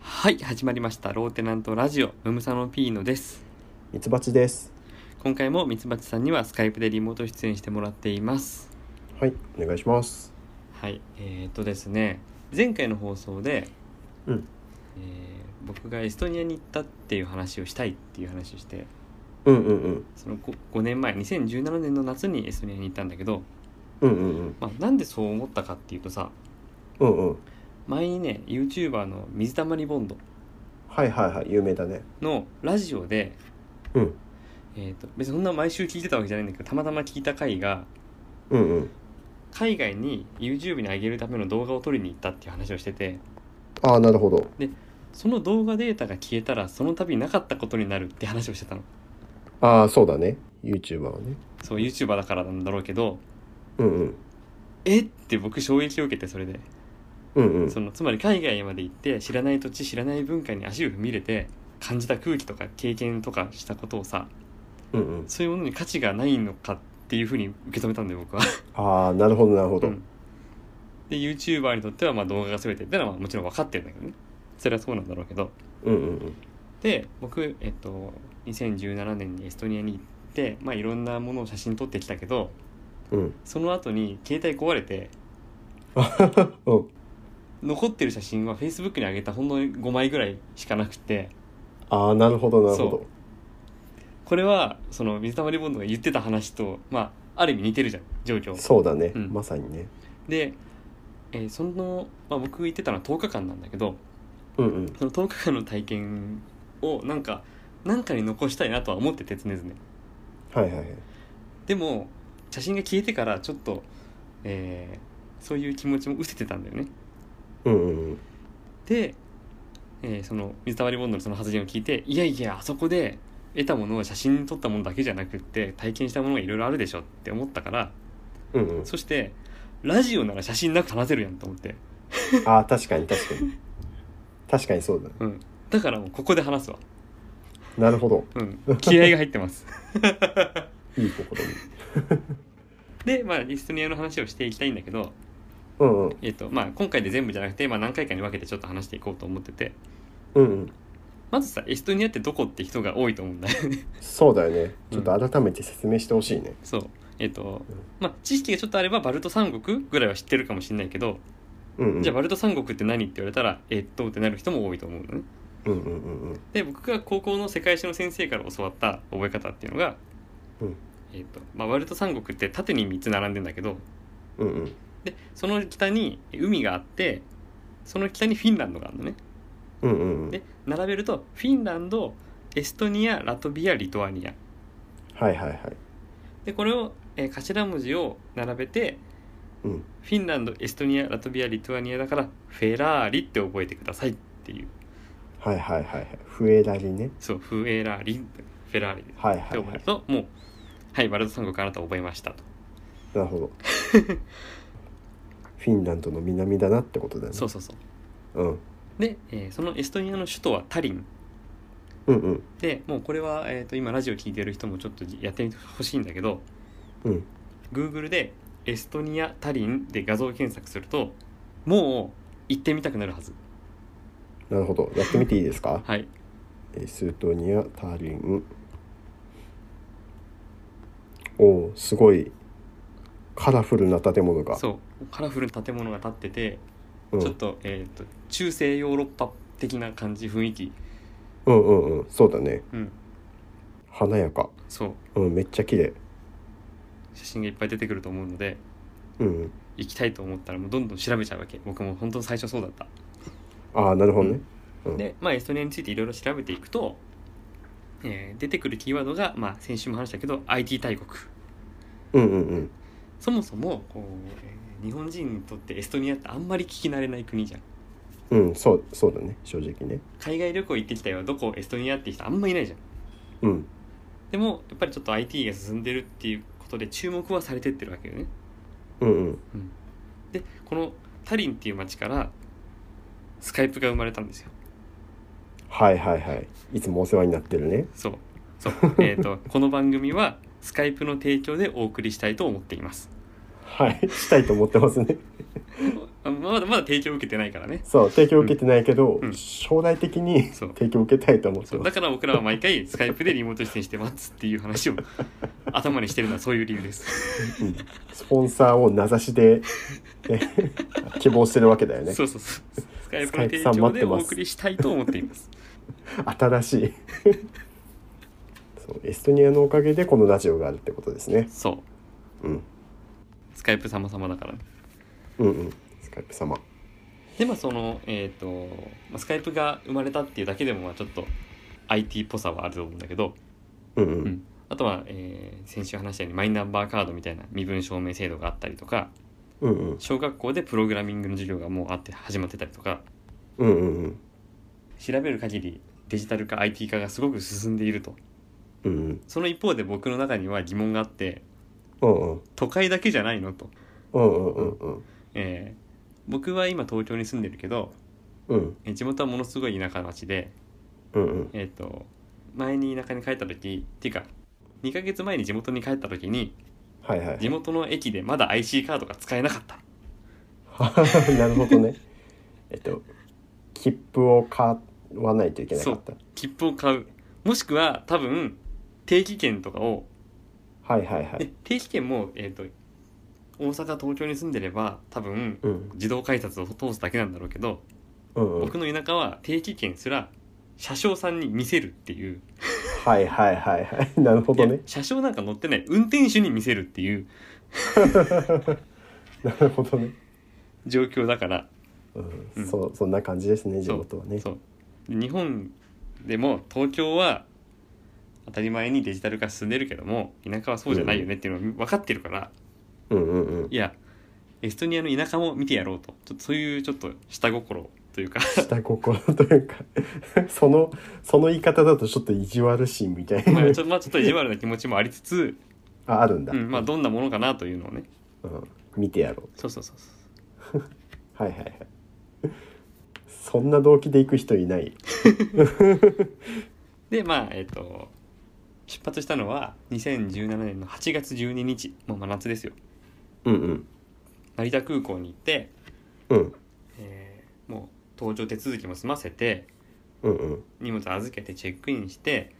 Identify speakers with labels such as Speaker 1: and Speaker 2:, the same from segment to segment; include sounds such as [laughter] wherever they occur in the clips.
Speaker 1: はい始まりましたローテナントラジオムムサノピーノです
Speaker 2: ミツバチです。
Speaker 1: 今回もミツバチさんにはスカイプでリモート出演してもらっています
Speaker 2: はい、お願いします。
Speaker 1: はいえー、っとですね前回の放送で、
Speaker 2: うん
Speaker 1: えー僕がエストニアに行ったっていう話をしたいっていう話をして
Speaker 2: うんうんうん。
Speaker 1: その 5, 年前2017年の夏にエストニアに行ったんだけど、
Speaker 2: うんうん
Speaker 1: まあ、なんでそう思ったかっていうとさ
Speaker 2: うん。うんうん。
Speaker 1: 前にね YouTuber の水溜りボンド
Speaker 2: はいはいはい、有名だね。
Speaker 1: のラジオで、
Speaker 2: うん。
Speaker 1: えー、と別にそんな毎週聞いてたわけじゃないんだけどたまたま聞いた回が
Speaker 2: うんうん。
Speaker 1: 海外に YouTube に上げるための動画を撮りに行ったっていう話をしてて
Speaker 2: ああ、なるほど。
Speaker 1: その動画データが消えたらその度なかったことになるって話をしてたの
Speaker 2: ああ、そうだね。YouTuber はね。
Speaker 1: そう YouTuber だからなんだろうけど
Speaker 2: うんうん。
Speaker 1: えって僕衝撃を受けてそれで
Speaker 2: うんうん。
Speaker 1: そのつまり海外まで行って知らない土地知らない文化に足を踏み入れて感じた空気とか経験とかしたことをさ
Speaker 2: うんうん。
Speaker 1: そういうものに価値がないのかっていうふうに受け止めたんだよ僕は。
Speaker 2: ああ、なるほどなるほ
Speaker 1: う
Speaker 2: ど。
Speaker 1: ん、で YouTuber にとってはまあ動画が全てってのはまあもちろん分かってるんだけどねそれはそうなんだろうけど
Speaker 2: うんうん
Speaker 1: で僕、えっと、2017年にエストニアに行って、まあ、いろんなものを写真撮ってきたけど
Speaker 2: うん。うん。
Speaker 1: その後に携帯壊れて
Speaker 2: うん。
Speaker 1: 残ってる写真は Facebook に上げたほんの5枚ぐらいしかなくて
Speaker 2: ああ、なるほどなるほ
Speaker 1: そ
Speaker 2: ど。
Speaker 1: これはその水溜りボンドが言ってた話と、まあ、ある意味似てるじゃん状況
Speaker 2: そうだね。
Speaker 1: うん
Speaker 2: まさにね。
Speaker 1: で、えーその、まあ、僕が行ってたのは10日間なんだけど
Speaker 2: うんうん。
Speaker 1: その10日間の体験をなんかなんかに残したいなとは思ってて常々
Speaker 2: はいはいはい。
Speaker 1: でも写真が消えてからちょっと、えーそういう気持ちも失せてたんだよね
Speaker 2: うんうん
Speaker 1: で、えーその水溜りボンドのその発言を聞いていやいやあそこで得たものは写真に撮ったものだけじゃなくって体験したものがいろいろあるでしょって思ったから
Speaker 2: うん。うんうん。
Speaker 1: そしてラジオなら写真なく話せるやんと思って、
Speaker 2: [laughs] ああ、確かに確かに。確かにそうだね。
Speaker 1: うん、だからもうここで話すわ、
Speaker 2: なるほど。
Speaker 1: うん、気合が入ってます
Speaker 2: いい心に。
Speaker 1: でまあエストニアの話をしていきたいんだけど、
Speaker 2: うんうん。
Speaker 1: えーとまあ、今回で全部じゃなくて、まあ、何回かに分けてちょっと話していこうと思ってて
Speaker 2: うんうん。
Speaker 1: まずさエストニアってどこって人が多いと思うんだよね
Speaker 2: そうだよね。ちょっと改めて説明してほしいね。
Speaker 1: そうえっ、とまあ知識がちょっとあればバルト三国ぐらいは知ってるかもしれないけど、
Speaker 2: うんうん。
Speaker 1: じゃあバルト三国って何って言われたらえっとってなる人も多いと思うのね
Speaker 2: うんうんうんうん。
Speaker 1: で僕が高校の世界史の先生から教わった覚え方っていうのが、
Speaker 2: うん
Speaker 1: えっとまあ、バルト三国って縦に3つ並んでんだけど
Speaker 2: うんうん。
Speaker 1: でその北に海があってその北にフィンランドがあるのね
Speaker 2: うんうんうん
Speaker 1: で並べるとフィンランドエストニアラトビアリトアニア
Speaker 2: はいはいはい。
Speaker 1: でこれを、えー頭文字を並べて
Speaker 2: うん。
Speaker 1: フィンランドエストニアラトビアリトアニアだからフェラーリって覚えてくださいっていう
Speaker 2: はいはいはいはい。笛だりね。
Speaker 1: そうフエラーリフェラーリです
Speaker 2: はい
Speaker 1: っ
Speaker 2: は
Speaker 1: て
Speaker 2: い
Speaker 1: 覚え
Speaker 2: は
Speaker 1: る
Speaker 2: い。
Speaker 1: と、もうはいバルト三国あなた覚えましたと、
Speaker 2: なるほど。フィンランドの南だなってことだね。
Speaker 1: そうそうそう
Speaker 2: うん。
Speaker 1: で、えーそのエストニアの首都はタリン
Speaker 2: うんうん。
Speaker 1: でもうこれは、えー、と今ラジオ聞いてる人もちょっとやってみてほしいんだけど
Speaker 2: うん。
Speaker 1: Google で「エストニアタリン」で画像検索するともう行ってみたくなるはず。
Speaker 2: なるほど。やってみていいですか
Speaker 1: はい
Speaker 2: エストニア、タリン。おお、すごい。カラフルな建物が。
Speaker 1: そうカラフルな建物が建ってて、
Speaker 2: うん、
Speaker 1: ちょっと,、えー、と中世ヨーロッパ的な感じ雰囲気
Speaker 2: うんうんうん。そうだね。
Speaker 1: うん
Speaker 2: 華やか。
Speaker 1: そう
Speaker 2: うん、めっちゃ綺麗。
Speaker 1: 写真がいっぱい出てくると思うので
Speaker 2: うん。
Speaker 1: 行きたいと思ったらもうどんどん調べちゃうわけ僕も本当最初そうだった
Speaker 2: ああ、なるほどね。うん
Speaker 1: で、まあ、エストニアについていろいろ調べていくと、えー出てくるキーワードが、まあ、先週も話したけど IT 大国
Speaker 2: うんうんうん。
Speaker 1: そもそもこう、えー日本人にとってエストニアってあんまり聞き慣れない国じゃん
Speaker 2: うん、そう、そうだね。正直ね。
Speaker 1: 海外旅行行ってきたよどこエストニアって人あんまいないじゃん
Speaker 2: うん。
Speaker 1: でもやっぱりちょっと IT が進んでるっていうことで注目はされてってるわけよね
Speaker 2: うんうん。
Speaker 1: でこのタリンっていう街からスカイプが生まれたんですよ
Speaker 2: はいはいはい。いつもお世話になってるね。
Speaker 1: そうそうえっ
Speaker 2: [laughs]
Speaker 1: とこの番組はスカイプの提供でお送りしたいと思っています [laughs]
Speaker 2: はい。したいと思ってますね。
Speaker 1: あまだまだ提供受けてないからね
Speaker 2: そう提供受けてないけど、
Speaker 1: うん
Speaker 2: 将来的に
Speaker 1: そう
Speaker 2: 提供受けたいと思って
Speaker 1: そう
Speaker 2: ま
Speaker 1: だ
Speaker 2: す
Speaker 1: から僕らは毎回スカイプでリモート出演してますっていう
Speaker 2: [laughs]
Speaker 1: 話を頭にしてるのはそういう理由です、
Speaker 2: うんスポンサーを名指し
Speaker 1: [laughs]
Speaker 2: で、ね希望してるわけだよね
Speaker 1: そうそうそうスカイ
Speaker 2: ス
Speaker 1: プ
Speaker 2: カ
Speaker 1: の
Speaker 2: イプさん
Speaker 1: 提供
Speaker 2: 待っ
Speaker 1: で
Speaker 2: て
Speaker 1: お
Speaker 2: ます
Speaker 1: 送りしたいと思っています
Speaker 2: 新しい [laughs] そうエストニアのおかげでこのラジオがあるってことですね、
Speaker 1: そう
Speaker 2: うん、
Speaker 1: スカイプ様様だからね
Speaker 2: うんうんスカイプ様
Speaker 1: でまあそのえっ、と、まあ、スカイプが生まれたっていうだけでもまあちょっと IT っぽさはあると思うんだけど、
Speaker 2: うんうん、
Speaker 1: うんあとは、えー先週話したようにマイナンバーカードみたいな身分証明制度があったりとか
Speaker 2: うんうん
Speaker 1: 小学校でプログラミングの授業がもうあって始まってたりとか
Speaker 2: うんうんうん
Speaker 1: 調べる限りデジタル化 IT 化がすごく進んでいると
Speaker 2: うんうん
Speaker 1: その一方で僕の中には疑問があって
Speaker 2: うん
Speaker 1: 都会だけじゃないのと、
Speaker 2: うんうんうんうん
Speaker 1: えー僕は今東京に住んでるけど
Speaker 2: うん
Speaker 1: えー地元はものすごい田舎町で
Speaker 2: うんうん
Speaker 1: えっ、と前に田舎に帰った時っていうか2ヶ月前に地元に帰った時に
Speaker 2: はいはい
Speaker 1: 地元の駅でまだ IC カードが使えなかった
Speaker 2: [laughs] なるほどね。 [laughs] えっと、切符を買わないといけなかった。
Speaker 1: 切符を買うもしくは多分定期券とかを、
Speaker 2: はいはいは
Speaker 1: で
Speaker 2: い。
Speaker 1: 定期券も、えー、と大阪東京に住んでれば多分
Speaker 2: うん、
Speaker 1: 自動改札を通すだけなんだろうけど、
Speaker 2: うん、うん。
Speaker 1: 僕の田舎は定期券すら車掌さんに見せるっていう、
Speaker 2: はいはいはいはい。 [laughs] なるほど
Speaker 1: いや
Speaker 2: ね。
Speaker 1: 車掌なんか乗ってない運転手に見せるっていう
Speaker 2: なるほどね。
Speaker 1: 状況だから
Speaker 2: うん、
Speaker 1: うん
Speaker 2: そう、そんな感じですね、地元はね。
Speaker 1: そうで日本でも東京は当たり前にデジタル化進んでるけども田舎はそうじゃないよねっていうのは分かってるから、
Speaker 2: うん、うん、うん
Speaker 1: い。やエストニアの田舎も見てやろうとちょっとそういうちょっと下心と [laughs] いうか
Speaker 2: 下心というか [laughs] そのその言い方だとちょっと意地悪心みたい
Speaker 1: まあ
Speaker 2: な
Speaker 1: ちょっとまあちょっと意地悪な気持ちもありつ [laughs] つ、
Speaker 2: [laughs] ああるんだ、
Speaker 1: うんまあ、どんなものかなというのをね
Speaker 2: うん見てやろ
Speaker 1: そうそうそうそう
Speaker 2: うはいはいはいそんな動機で行く人いない
Speaker 1: でまあえっ、と出発したのは2017年の8月12日もう真夏ですよ
Speaker 2: うんうん
Speaker 1: 成田空港に行って、
Speaker 2: うん
Speaker 1: えーもう搭乗手続きも済ませて
Speaker 2: うんうん
Speaker 1: 荷物預けてチェックインして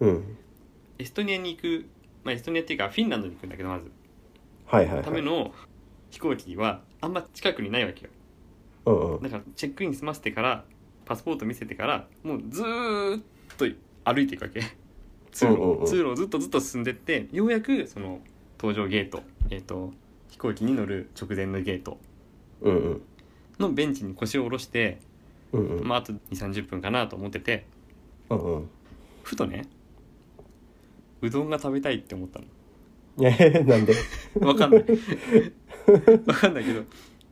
Speaker 2: うん
Speaker 1: エストニアに行く、まあ、エストニアっていうかフィンランドに行くんだけどまず
Speaker 2: はいはいはい
Speaker 1: ための飛行機はあんま近くにないわけよ
Speaker 2: うんうん
Speaker 1: だからチェックイン済ませてからパスポート見せてからもうずーっと歩いていくわけ通
Speaker 2: うんう
Speaker 1: 路
Speaker 2: んうん
Speaker 1: 通路をずっとずっと進んでってようやくその搭乗ゲートえっ、と飛行機に乗る直前のゲート
Speaker 2: うんうん
Speaker 1: のベンチに腰を下ろして、
Speaker 2: うんうん
Speaker 1: まあ、あと2 3 0分かなと思ってて
Speaker 2: うんうん
Speaker 1: ふとねうどんが食べたいって思ったの
Speaker 2: えー、なんで
Speaker 1: わかん
Speaker 2: [laughs]
Speaker 1: ない。わかんないけど。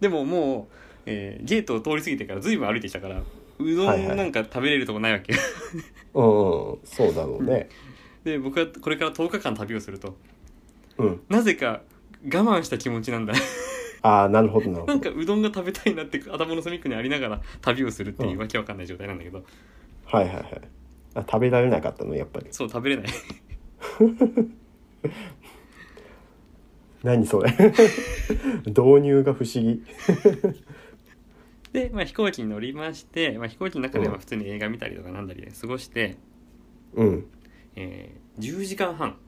Speaker 1: でももう、えーゲートを通り過ぎてからずいぶん歩いてきたから、うど
Speaker 2: はいは
Speaker 1: ん
Speaker 2: い
Speaker 1: なんか食べれるとこないわけ。
Speaker 2: うんうんそうだろうね
Speaker 1: で、僕はこれから10日間旅をすると、
Speaker 2: うん
Speaker 1: なぜか我慢した気持ちなん
Speaker 2: [laughs]
Speaker 1: だ。
Speaker 2: ああなるほどなるほ
Speaker 1: な
Speaker 2: ど
Speaker 1: んかうどんが食べたいなって頭の隅っこにありながら旅をするっていうわけわかんない状態なんだけど、
Speaker 2: はいはいはいあ食べられなかったのやっぱり
Speaker 1: そう食べれない。 [laughs]
Speaker 2: 何そ [laughs] れ導入が不思議
Speaker 1: で、まあ飛行機に乗りまして、まあ飛行機の中で
Speaker 2: う
Speaker 1: は
Speaker 2: ん
Speaker 1: 普通に映画見たりとかなんだりで過ごして、
Speaker 2: うん
Speaker 1: えー10時間半。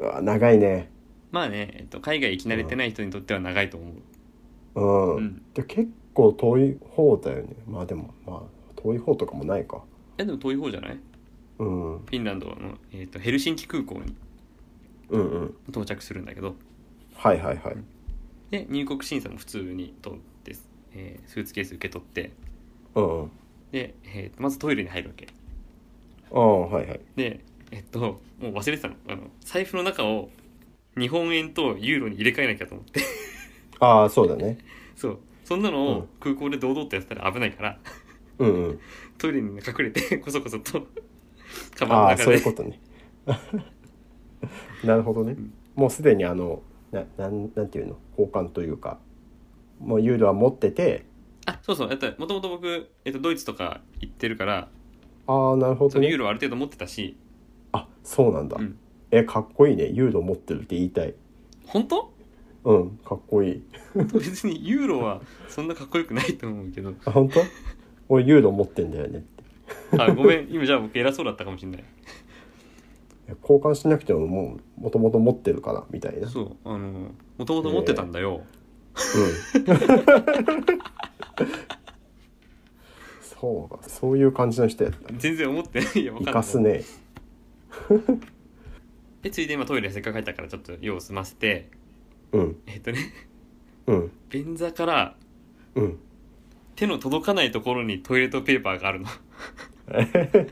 Speaker 2: うわ長いね
Speaker 1: まあね、えっと、海外行き慣れてない人にとっては長いと思う。
Speaker 2: うん、
Speaker 1: うん
Speaker 2: で結構遠い方だよねまあでもまあ遠い方とかもないか
Speaker 1: え、でも遠い方じゃない
Speaker 2: うんうん
Speaker 1: フィンランドの、えー、とヘルシンキ空港に
Speaker 2: うん
Speaker 1: 到着するんだけど
Speaker 2: はいはいはい
Speaker 1: で入国審査も普通に通って、えースーツケース受け取って
Speaker 2: うんうん
Speaker 1: で、えーとまずトイレに入るわけ
Speaker 2: うんはいはい
Speaker 1: でえっともう忘れてたのあの財布の中を日本円とユーロに入れ替えなきゃと思って [laughs]
Speaker 2: ああそうだね
Speaker 1: そうそんなの
Speaker 2: うん
Speaker 1: を空港で堂々とやってたら危ないから [laughs]
Speaker 2: うんうん
Speaker 1: トイレに隠れて [laughs] こそこそとカバン
Speaker 2: あ
Speaker 1: の
Speaker 2: あ
Speaker 1: 中
Speaker 2: そう
Speaker 1: で
Speaker 2: いうことね [laughs] なるほどね
Speaker 1: ん
Speaker 2: もうすでにあのななんなんていうの交換というかもうユーロは持ってて
Speaker 1: あそうそうもともと僕、えっとドイツとか行ってるから
Speaker 2: ああなるほ
Speaker 1: そ
Speaker 2: ど
Speaker 1: のユー
Speaker 2: ね
Speaker 1: ロある程度持ってたし
Speaker 2: あそうなんだ、
Speaker 1: うん
Speaker 2: えかっこいいねユーロ持ってるって言いたい
Speaker 1: 本当 [laughs]
Speaker 2: うんかっこいい
Speaker 1: 別にユーロはそんなかっこよくないと思うけど
Speaker 2: あ本当 [laughs] 俺ユーロ持ってんだよねって
Speaker 1: あご
Speaker 2: [laughs]
Speaker 1: めん今じゃあ僕偉そうだったかもしれない
Speaker 2: いや交換しなくてももうもともと持ってるからみたいなう
Speaker 1: そうあのもともと持ってたんだよ、
Speaker 2: ん [laughs] そうかそういう感じの人やった
Speaker 1: 全然思ってないよ分
Speaker 2: 生
Speaker 1: かんな
Speaker 2: か
Speaker 1: い
Speaker 2: すね
Speaker 1: でついで今トイレせっかく入ったからちょっと用を済ませて
Speaker 2: うん
Speaker 1: えっとね [laughs]
Speaker 2: うん
Speaker 1: 便座から
Speaker 2: うん
Speaker 1: 手の届かないところにトイレットペーパーがあるの [laughs]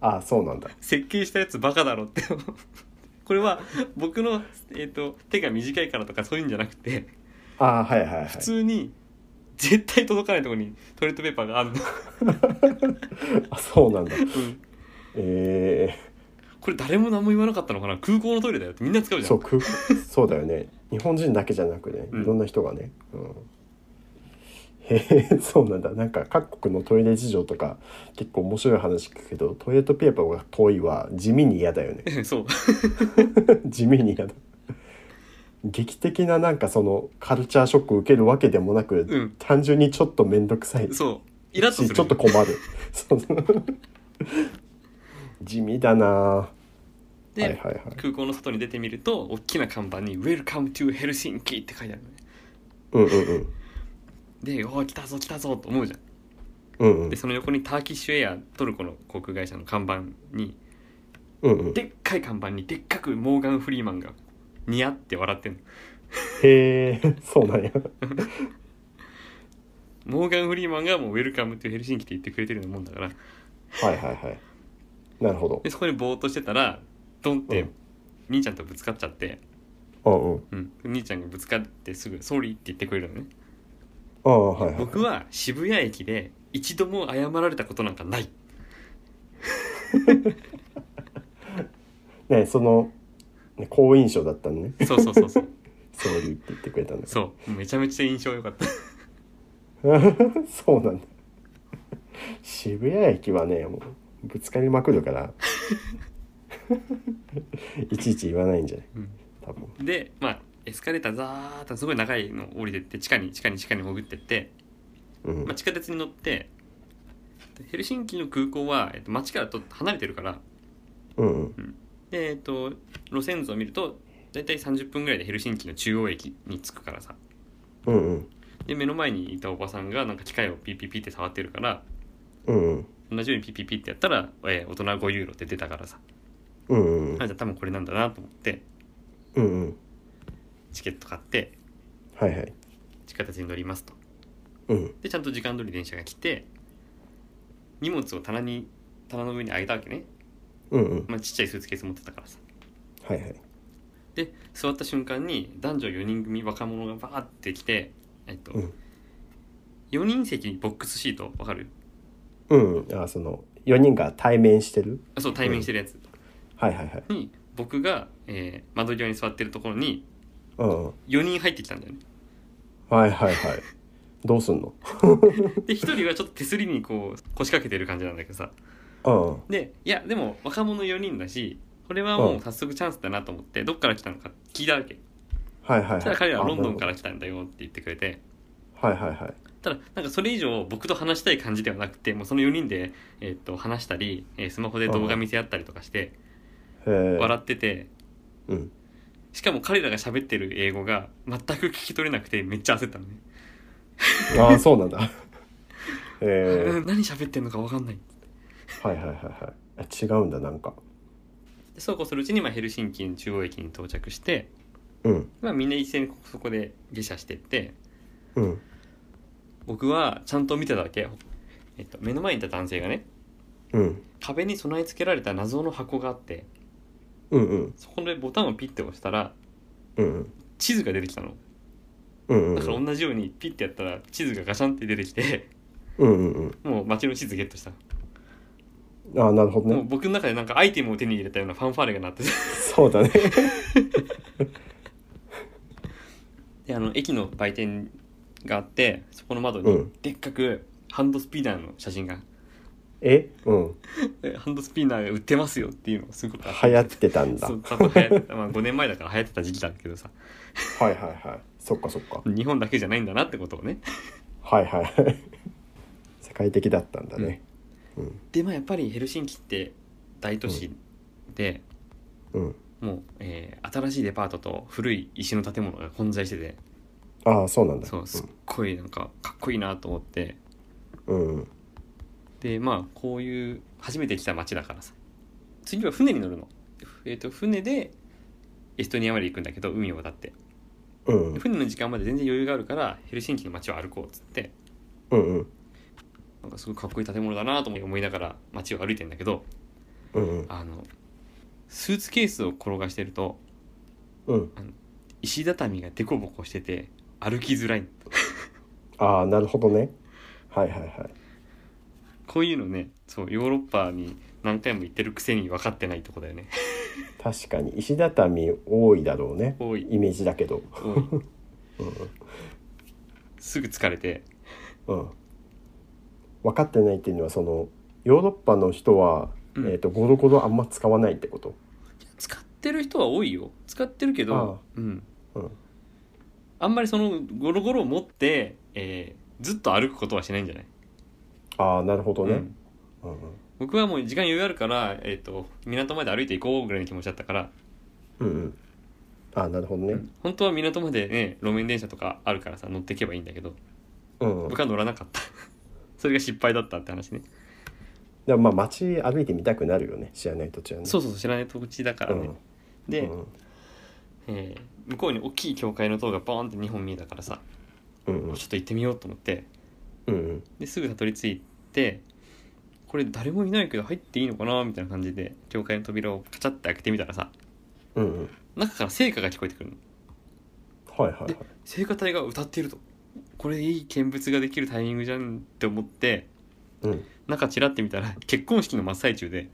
Speaker 2: あそうなんだ
Speaker 1: 設計したやつバカだろって思う [laughs] これは僕の、えっと手が短いからとかそういうんじゃなくて
Speaker 2: あはいはいはい
Speaker 1: 普通に絶対届かないところにトイレットペーパーがあるの、 [laughs]
Speaker 2: あそうなんだ
Speaker 1: うん
Speaker 2: え
Speaker 1: これ誰も何も言わなかったのかな空港のトイレだよってみんな使う
Speaker 2: ー、
Speaker 1: じゃん
Speaker 2: そう空そうだよね日本人だけじゃなくね
Speaker 1: うん
Speaker 2: いろんな人がね、うんへえそうなんだなんか各国のトイレ事情とか結構面白い話聞くけどトイレットペーパーが遠いは地味に嫌だよ
Speaker 1: [laughs]
Speaker 2: ね
Speaker 1: そう
Speaker 2: 地味に嫌だ劇的ななんかそのカルチャーショック受けるわけでもなく、
Speaker 1: ん
Speaker 2: 単純にちょっと面倒くさい
Speaker 1: そうイラッとす
Speaker 2: し
Speaker 1: る
Speaker 2: ちょっと困るそうそう地味だなぁ
Speaker 1: で、
Speaker 2: はいはいはい
Speaker 1: 空港の外に出てみると大きな看板に「Welcome to Helsinki」って書いてあるのね
Speaker 2: うんうんうん
Speaker 1: で「おお来たぞ来たぞ」と思うじゃん
Speaker 2: うんうん
Speaker 1: でその横にターキッシュエアトルコの航空会社の看板に
Speaker 2: うんうん
Speaker 1: でっかい看板にでっかくモーガン・フリーマンがニヤって笑ってんの
Speaker 2: へえ [laughs] そうなんや
Speaker 1: モーガン・フリーマンがもう「Welcome to Helsinki」って言ってくれてるようなもんだから
Speaker 2: はいはいはいなるほど
Speaker 1: でそこにぼーっとしてたらドンっ
Speaker 2: う
Speaker 1: て
Speaker 2: ん
Speaker 1: 兄ちゃんとぶつかっちゃって、
Speaker 2: うんうん
Speaker 1: うん、兄ちゃんがぶつかってすぐ「ソーリー」って言ってくれるのね
Speaker 2: ああはいはい
Speaker 1: 僕は渋谷駅で一度も謝られたことなんかない
Speaker 2: ねそのね好印象だったのね
Speaker 1: そうそうそうそう
Speaker 2: ソーリーって言ってくれたんだから
Speaker 1: そうめちゃめちゃ印象良かった
Speaker 2: [laughs] そうなんだ渋谷駅はねもうぶつかりまくるから [laughs] いちいち言わないんじゃない多分
Speaker 1: でまあエスカレーターザーッとすごい長いの降りてって地下に地下に地下に潜ってって、
Speaker 2: うん
Speaker 1: まあ、地下鉄に乗ってヘルシンキの空港は、えっと、街からちょっと離れてるから
Speaker 2: うんうん
Speaker 1: で、えっと、路線図を見ると大体30分ぐらいでヘルシンキの中央駅に着くからさ
Speaker 2: うんうん
Speaker 1: で目の前にいたおばさんがなんか機械をピーピーピーって触ってるから
Speaker 2: うんうん
Speaker 1: 同じようにピーピーピーってやったら、えー大人5ユーロって出たからさ
Speaker 2: うんうん
Speaker 1: あじゃあ多分これなんだなと思って
Speaker 2: うんうん
Speaker 1: チケット買って
Speaker 2: はいはい
Speaker 1: 地下鉄に乗りますと
Speaker 2: うん
Speaker 1: でちゃんと時間通り電車が来て荷物を棚に棚の上に上げたわけね、
Speaker 2: うんうん
Speaker 1: まあ、ちっちゃいスーツケース持ってたからさ
Speaker 2: はいはい
Speaker 1: で座った瞬間に男女4人組若者がバーって来てえっと、
Speaker 2: うん
Speaker 1: 4人席にボックスシートわかる
Speaker 2: うんあその4人が対面してる
Speaker 1: あそう対面してるやつ
Speaker 2: はいはいはい
Speaker 1: に僕が、えー窓際に座ってるところに
Speaker 2: うんうん
Speaker 1: 4人入ってきたんだよね
Speaker 2: はいはいはいどうすんの
Speaker 1: で1人はちょっと手すりにこう腰掛けてる感じなんだけどさ
Speaker 2: うん
Speaker 1: でいやでも若者4人だしこれはもう早速チャンスだなと思ってどっから来たのか聞いたわけ
Speaker 2: はいはい
Speaker 1: そした
Speaker 2: は
Speaker 1: ら
Speaker 2: い
Speaker 1: 彼はロンドン
Speaker 2: あ
Speaker 1: から来たんだよって言ってくれて
Speaker 2: なるほどはいはいはい
Speaker 1: ただなんかそれ以上僕と話したい感じではなくてもうその4人で、えーっと話したり、えースマホで動画見せ合ったりとかして
Speaker 2: へえ
Speaker 1: 笑ってて
Speaker 2: うん
Speaker 1: しかも彼らが喋ってる英語が全く聞き取れなくてめっちゃ焦ったのね、
Speaker 2: ああそうなんだ [laughs] へ
Speaker 1: うん [laughs] 何喋ってんのか分かんない
Speaker 2: えはいはいはいはいあ違うんだなんか
Speaker 1: でそうこうするうちに、まあ、ヘルシンキの中央駅に到着して、
Speaker 2: うん
Speaker 1: まあ、みんな一斉にこそこで下車してって
Speaker 2: うん
Speaker 1: 僕はちゃんと見てただけ、えっと、目の前にいた男性がね
Speaker 2: うん
Speaker 1: 壁に備え付けられた謎の箱があって
Speaker 2: うんうん
Speaker 1: そこでボタンをピッて押したら
Speaker 2: うん
Speaker 1: 地図が出てきたの
Speaker 2: うんうん
Speaker 1: だから同じようにピッてやったら地図がガシャンって出てきて
Speaker 2: うんうん
Speaker 1: もう街の地図ゲットした、
Speaker 2: うんああなるほど
Speaker 1: もう
Speaker 2: ね
Speaker 1: 僕の中でなんかアイテムを手に入れたようなファンファーレが鳴ってて
Speaker 2: そうだね
Speaker 1: [laughs]
Speaker 2: [laughs]
Speaker 1: であの駅の売店があってそこの窓
Speaker 2: う
Speaker 1: に
Speaker 2: ん
Speaker 1: でっかくハンドスピーダーの写真が
Speaker 2: えうん
Speaker 1: でハンドスピナーが売ってますよっていうのがすごくあ
Speaker 2: 流行ってたんだ
Speaker 1: そう
Speaker 2: は
Speaker 1: 多分流行ったまあ5年前だから流行ってた時期だけどさ
Speaker 2: いはいはいそっかそっか
Speaker 1: 日本だけじゃないんだなってことをね
Speaker 2: はいはい [laughs] 世界的だったんだねうん
Speaker 1: でまあやっぱりヘルシンキって大都市で、
Speaker 2: うん
Speaker 1: もう、えー新しいデパートと古い石の建物が混在してて
Speaker 2: ああそうなんだ
Speaker 1: そうすっごいなんかかっこいいなと思って
Speaker 2: うんうん
Speaker 1: でまあこういう初めて来た町だからさ次は船に乗るの、えー、と船でエストニアまで行くんだけど海を渡って
Speaker 2: うん
Speaker 1: で船の時間まで全然余裕があるからヘルシンキの街を歩こうっつって
Speaker 2: うんうん
Speaker 1: なんかすごいかっこいい建物だなとも思いながら街を歩いてんだけど
Speaker 2: うん
Speaker 1: あのスーツケースを転がしてると
Speaker 2: うん
Speaker 1: 石畳がデコボコしてて歩きづらい
Speaker 2: ああなるほどねはいはいはい
Speaker 1: こういうのねそうヨーロッパに何回も行ってるくせに分かってないとこだよ [laughs] ね
Speaker 2: 確かに石畳多いだろうね
Speaker 1: 多い
Speaker 2: イメージだけど
Speaker 1: 多い
Speaker 2: うん
Speaker 1: すぐ疲れて
Speaker 2: うん分かってないっていうのはそのヨーロッパの人は、
Speaker 1: うん
Speaker 2: えー、とゴロゴロあんま使わないってこと
Speaker 1: 使ってる人は多いよ使ってるけど
Speaker 2: ああ
Speaker 1: うん
Speaker 2: うん
Speaker 1: あんまりそのゴロゴロを持って、えーずっと歩くことはしないんじゃない、
Speaker 2: ああなるほど
Speaker 1: う
Speaker 2: ね
Speaker 1: ん、
Speaker 2: うんうん
Speaker 1: 僕はもう時間余裕あるから、えー、と港まで歩いていこうぐらいの気持ちだったから、
Speaker 2: うんうんああなるほどね
Speaker 1: 本当は港までね路面電車とかあるからさ乗っていけばいいんだけど
Speaker 2: うん、うん
Speaker 1: 僕は乗らなかった [laughs] それが失敗だったって話ね
Speaker 2: でもまあ街歩いてみたくなるよね知らない土地はね
Speaker 1: そううそうそう知らない土地だからね、で、
Speaker 2: ん
Speaker 1: えー向こうに大きい教会の塔がバーンって2本見えたからさ、
Speaker 2: うんうん
Speaker 1: ちょっと行ってみようと思って
Speaker 2: うんうん
Speaker 1: ですぐたどり着いてこれ誰もいないけど入っていいのかなみたいな感じで教会の扉をカチャって開けてみたらさ
Speaker 2: うんうん
Speaker 1: 中から聖歌が聞こえてくるの
Speaker 2: はいはいはい
Speaker 1: で聖歌隊が歌っているとこれいい見物ができるタイミングじゃんって思って
Speaker 2: うん
Speaker 1: 中ちらってみたら結婚式の真っ最中で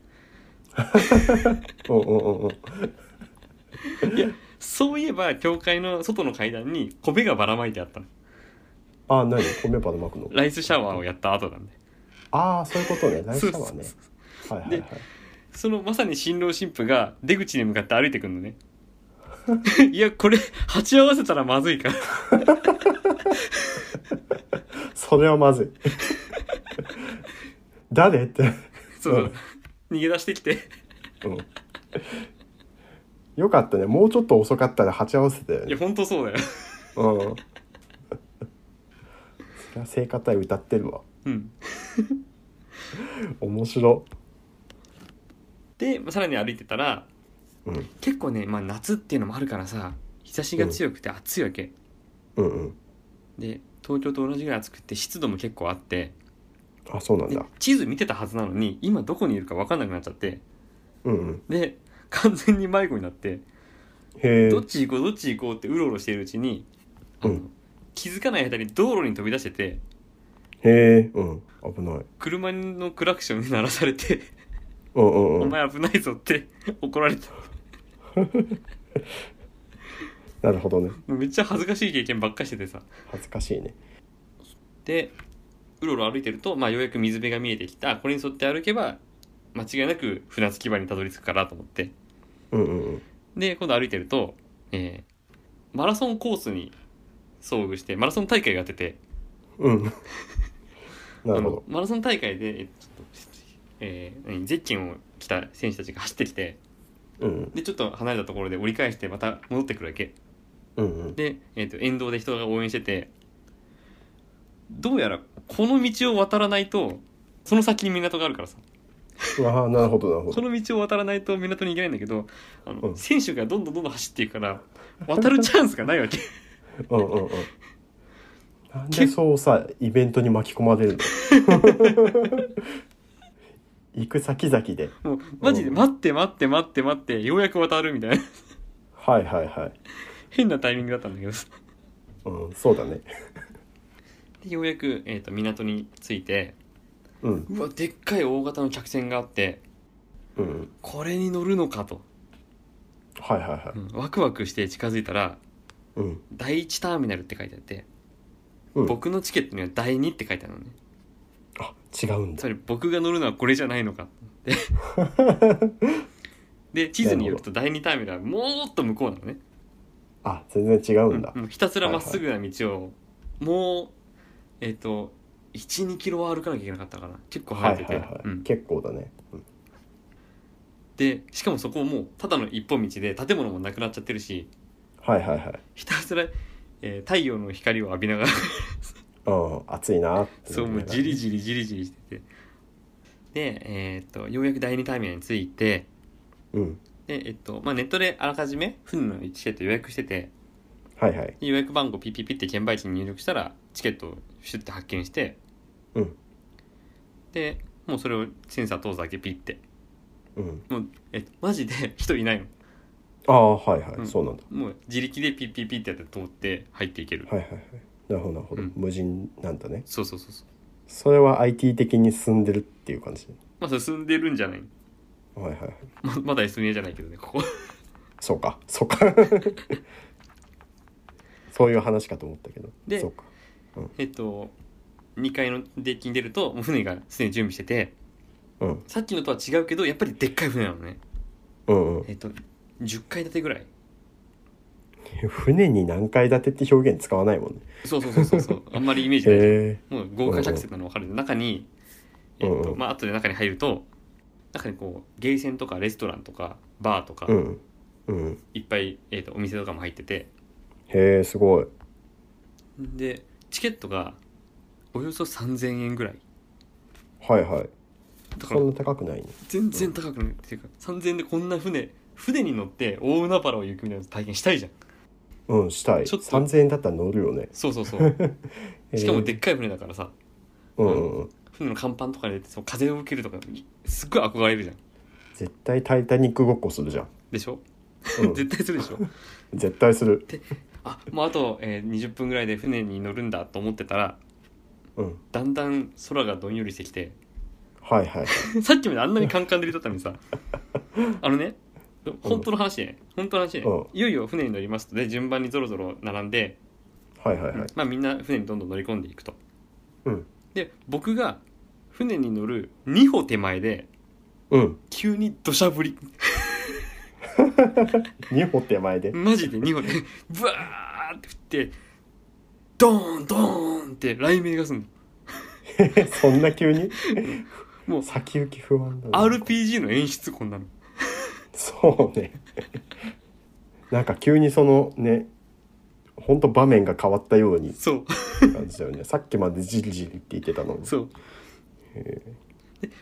Speaker 2: うんうんうんうん
Speaker 1: そういえば教会の外の階段に米がばらまいてあったの
Speaker 2: ああ何米ばらまくの
Speaker 1: ライスシャワーをやった後なんで
Speaker 2: ああそういうことねライスシャワーね
Speaker 1: そうそうそう
Speaker 2: はいはいはい
Speaker 1: そのまさに新郎新婦が出口に向かって歩いてくる
Speaker 2: [laughs]
Speaker 1: のねいやこれ鉢合わせたらまずいから
Speaker 2: それはまずい [laughs] 誰って、
Speaker 1: そう、逃げ出してきて
Speaker 2: うん、よかったねもうちょっと遅かったら鉢合わせたよ
Speaker 1: い
Speaker 2: ね
Speaker 1: や本当そうだよ
Speaker 2: うんそりゃ聖歌隊歌ってるわ
Speaker 1: うん
Speaker 2: 面白
Speaker 1: でまあさらに歩いてたら
Speaker 2: うん
Speaker 1: 結構ね、まあ、夏っていうのもあるからさ日差しが強くて暑いわけ、
Speaker 2: うんうん
Speaker 1: で東京と同じぐらい暑くて湿度も結構あって
Speaker 2: あそうなん
Speaker 1: で
Speaker 2: だ
Speaker 1: 地図見てたはずなのに今どこにいるか分かんなくなっちゃって
Speaker 2: うんうん
Speaker 1: で完全に迷子になって
Speaker 2: へえ
Speaker 1: どっち行こうどっち行こうってうろうろしているうちに、あの
Speaker 2: うん
Speaker 1: 気づかない間に道路に飛び出してて
Speaker 2: へえうん危ない
Speaker 1: 車のクラクションに鳴らされて
Speaker 2: うんう
Speaker 1: 「
Speaker 2: んう
Speaker 1: お
Speaker 2: んな
Speaker 1: 前危ないぞ」って怒られた
Speaker 2: るほどね
Speaker 1: めっちゃ恥ずかしい経験ばっかしててさ
Speaker 2: 恥ずかしいね
Speaker 1: でうろうろ歩いてると、まあ、ようやく水辺が見えてきたこれに沿って歩けば間違いなく船着き場にたどり着くかなと思って
Speaker 2: うんうんうん
Speaker 1: で今度歩いてると、えーマラソンコースに遭遇してマラソン大会があってて
Speaker 2: うん
Speaker 1: [laughs]
Speaker 2: なるほ
Speaker 1: あの
Speaker 2: ど
Speaker 1: マラソン大会で、えっとちょっとえー何ゼッケンを着た選手たちが走ってきて
Speaker 2: うん
Speaker 1: でちょっと離れたところで折り返してまた戻ってくるわけ
Speaker 2: うんうん
Speaker 1: で、えー、と沿道で人が応援しててどうやらこの道を渡らないとその先に港があるからさ
Speaker 2: うんああなるほどなるほ
Speaker 1: こ
Speaker 2: ど
Speaker 1: の道を渡らないと港に行けないんだけどあの、
Speaker 2: うん
Speaker 1: 選手がどんどんどんどん走っていくから渡るチャンスがないわけ
Speaker 2: うんうんうんなんでそうさイベントに巻き込まれるの [laughs] 行く先々で
Speaker 1: もうマジで
Speaker 2: [laughs] うん
Speaker 1: 待って待って待って待ってようやく渡るみたいな
Speaker 2: はいはいはい、
Speaker 1: 変なタイミングだったんだけど
Speaker 2: うん、そうだね
Speaker 1: でようやく、えー、と港に着いて
Speaker 2: うん
Speaker 1: うわでっかい大型の客船があって
Speaker 2: うん
Speaker 1: これに乗るのかと、
Speaker 2: はいはいは
Speaker 1: う
Speaker 2: い
Speaker 1: んワクワクして近づいたら
Speaker 2: うん
Speaker 1: 第1ターミナルって書いてあって、
Speaker 2: うん
Speaker 1: 僕のチケットには第2って書いてあるのね
Speaker 2: あ違うん
Speaker 1: つ
Speaker 2: だ
Speaker 1: まり僕が乗るのはこれじゃないの
Speaker 2: [laughs]
Speaker 1: かってで地図によると第2ターミナルはもっと向こうなのね
Speaker 2: あ全然違うんだ、
Speaker 1: うんうんひたすらまっすぐな道をもうえっ、と12キロは歩かなきゃいけなかったかな結構
Speaker 2: は
Speaker 1: 離
Speaker 2: い
Speaker 1: れて
Speaker 2: は
Speaker 1: て、
Speaker 2: いはい、
Speaker 1: うん
Speaker 2: 結構だね、うん
Speaker 1: でしかもそこもうただの一本道で建物もなくなっちゃってるし
Speaker 2: はいはいはい
Speaker 1: ひたすら、えー太陽の光を浴びながら
Speaker 2: うん暑いなって
Speaker 1: そうもうじりじりじりじりしててでえっ、とようやく第2ターミナルに着いて
Speaker 2: うん
Speaker 1: でえっとまあ、ネットであらかじめ船のチケット予約してて
Speaker 2: はいはい
Speaker 1: で予約番号ピッピッピって券売機に入力したらチケットをシュッて発見して、
Speaker 2: うん
Speaker 1: でもうそれをセンサー通すだけピッて
Speaker 2: うん
Speaker 1: もうえっとマジで [laughs] 人いないの
Speaker 2: ああはいはい、
Speaker 1: うん
Speaker 2: そうなんだ
Speaker 1: もう自力でピッピッピッてやって通って入っていける、
Speaker 2: はいはいはいなるほどなるほど、
Speaker 1: うん
Speaker 2: 無人なんだね
Speaker 1: そうそうそうそう
Speaker 2: それは IT 的に進んでるっていう感じ
Speaker 1: まあ進んでるんじゃない
Speaker 2: はいはいはい
Speaker 1: ままだ SNA じゃないけどねここ
Speaker 2: そうかそうか [laughs] そういう話かと思ったけど
Speaker 1: で
Speaker 2: そうか
Speaker 1: えっと2階のデッキに出るともう船がすでに準備してて
Speaker 2: うん
Speaker 1: さっきのとは違うけどやっぱりでっかい船なのね
Speaker 2: うんうん
Speaker 1: えっと10階建てぐらい
Speaker 2: 船に何階建てって表現使わないもんね
Speaker 1: そうそうそうそう
Speaker 2: [laughs]
Speaker 1: そうあんまりイメージない
Speaker 2: へ
Speaker 1: もう豪華客船なの分かるんで中に、えっ
Speaker 2: うん
Speaker 1: と
Speaker 2: うん
Speaker 1: まあ後で中に入ると中にこうゲーセンとかレストランとかバーとか、
Speaker 2: えうんうん
Speaker 1: いっぱい、えっとお店とかも入ってて
Speaker 2: へえすごい
Speaker 1: でチケットがおよそ3000円ぐらい
Speaker 2: はいはい
Speaker 1: だか
Speaker 2: そ
Speaker 1: ら
Speaker 2: んな高くないね
Speaker 1: 全然高くないっていうか3000円でこんな船船に乗って大海原を行くみたいな体験したいじゃん
Speaker 2: うんしたい
Speaker 1: ちょっと
Speaker 2: 3000円だったら乗るよね
Speaker 1: そうそうそう
Speaker 2: [laughs]
Speaker 1: しかもで
Speaker 2: へ
Speaker 1: っかい船だからさ
Speaker 2: えうんうんうん
Speaker 1: 船の甲板とかでそう風を受けるとかすっごい憧れるじゃん
Speaker 2: 絶対「タイタニック」ごっこするじゃ
Speaker 1: [laughs]
Speaker 2: ん、
Speaker 1: でしょ、
Speaker 2: うん、
Speaker 1: 絶対するでしょ
Speaker 2: 絶対する
Speaker 1: あもうあと、えー、20分ぐらいで船に乗るんだと思ってたら
Speaker 2: うん
Speaker 1: だんだん空がどんよりしてきて
Speaker 2: はいはい
Speaker 1: さっきまであんなにカンカンで入れとったの
Speaker 2: [laughs]
Speaker 1: にさあのね本当の話ね本当の話ね
Speaker 2: うん
Speaker 1: いよいよ船に乗りますとで順番にぞろぞろ並んで、
Speaker 2: はいはいはい
Speaker 1: まあ、みんな船にどんどん乗り込んでいくと
Speaker 2: うん
Speaker 1: で僕が船に乗る2歩手前で
Speaker 2: うん
Speaker 1: 急に土砂降り
Speaker 2: 2歩手前で
Speaker 1: マジで2歩で [laughs] ブワーって降ってドーンドーンって雷鳴がすんの
Speaker 2: [laughs] そんな急に
Speaker 1: もう
Speaker 2: 先行き不安だな
Speaker 1: RPG の演出こんなの
Speaker 2: そうねなんか急にそのねほんと場面が変わったようにっ
Speaker 1: そう
Speaker 2: て感じだよねさっきまでじりじりって言ってたのに
Speaker 1: そうで